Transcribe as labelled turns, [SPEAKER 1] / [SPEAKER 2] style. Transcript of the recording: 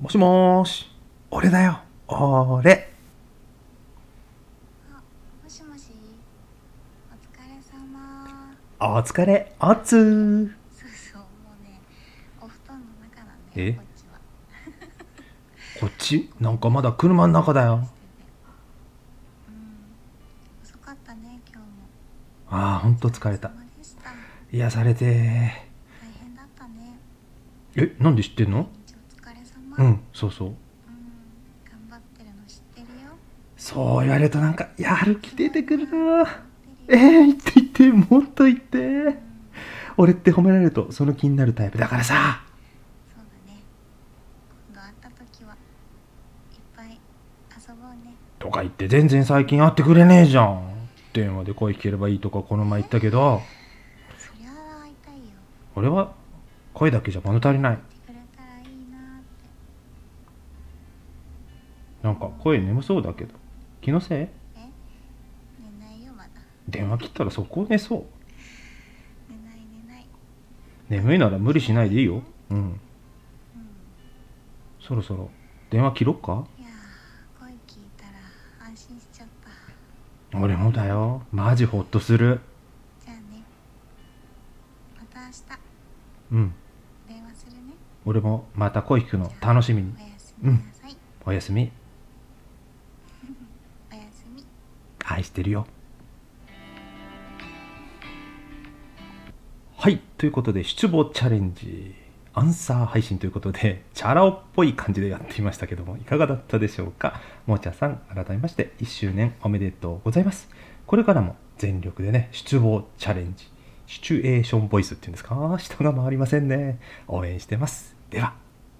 [SPEAKER 1] もしもーし、俺だよ、俺。
[SPEAKER 2] もしもしお疲れ様
[SPEAKER 1] お疲れ、おつー。
[SPEAKER 2] そうそうもうねお布団の中なんだ
[SPEAKER 1] え
[SPEAKER 2] よこっちは
[SPEAKER 1] こっちなんかまだ車の中だよ。
[SPEAKER 2] うん遅かったね今日も
[SPEAKER 1] ああ、ほんと疲れた
[SPEAKER 2] お。疲れ様でした
[SPEAKER 1] 癒されて
[SPEAKER 2] 大変だったね
[SPEAKER 1] ー。え、なんで知ってんの
[SPEAKER 2] 一日お疲れ様
[SPEAKER 1] う
[SPEAKER 2] うん
[SPEAKER 1] ん、そうそう。
[SPEAKER 2] 頑張ってるの知ってるよ
[SPEAKER 1] そう言われるとなんか、やる気出てくるなー。え
[SPEAKER 2] え
[SPEAKER 1] ー、言って言って、もっと言って。俺って褒められるとその気になるタイプだからさ。
[SPEAKER 2] そうだね今度会った時はいっぱい遊ぼうね
[SPEAKER 1] とか言って全然最近会ってくれねえじゃん。電話で声聞ければいいとかこの前言ったけど、
[SPEAKER 2] そりゃあ会いたいよ
[SPEAKER 1] 俺は声だけじゃ物足りない。
[SPEAKER 2] 来てくれたらいいなって
[SPEAKER 1] なんか声眠そうだけど気のせい
[SPEAKER 2] え寝ないよまだ
[SPEAKER 1] 電話切ったらそこ寝そう
[SPEAKER 2] 寝ない寝ない
[SPEAKER 1] 眠いなら無理しないでいいようん
[SPEAKER 2] うん
[SPEAKER 1] そろそろ電話切ろっか
[SPEAKER 2] いやー声聞いたら安心しちゃった
[SPEAKER 1] 俺もだよマジホッとする
[SPEAKER 2] じゃあねまた明日
[SPEAKER 1] うん
[SPEAKER 2] 電話するね
[SPEAKER 1] 俺もまた声聞くの楽しみに
[SPEAKER 2] おやすみなさい、
[SPEAKER 1] おやすみ
[SPEAKER 2] おやすみ
[SPEAKER 1] 愛してるよはいということで出没チャレンジアンサー配信ということで チャラ男っぽい感じでやっていましたけどもいかがだったでしょうかもーちゃんさん改めまして1周年おめでとうございますこれからも全力でね出没チャレンジシチュエーションボイスっていうんですか下が回りませんね応援してますでは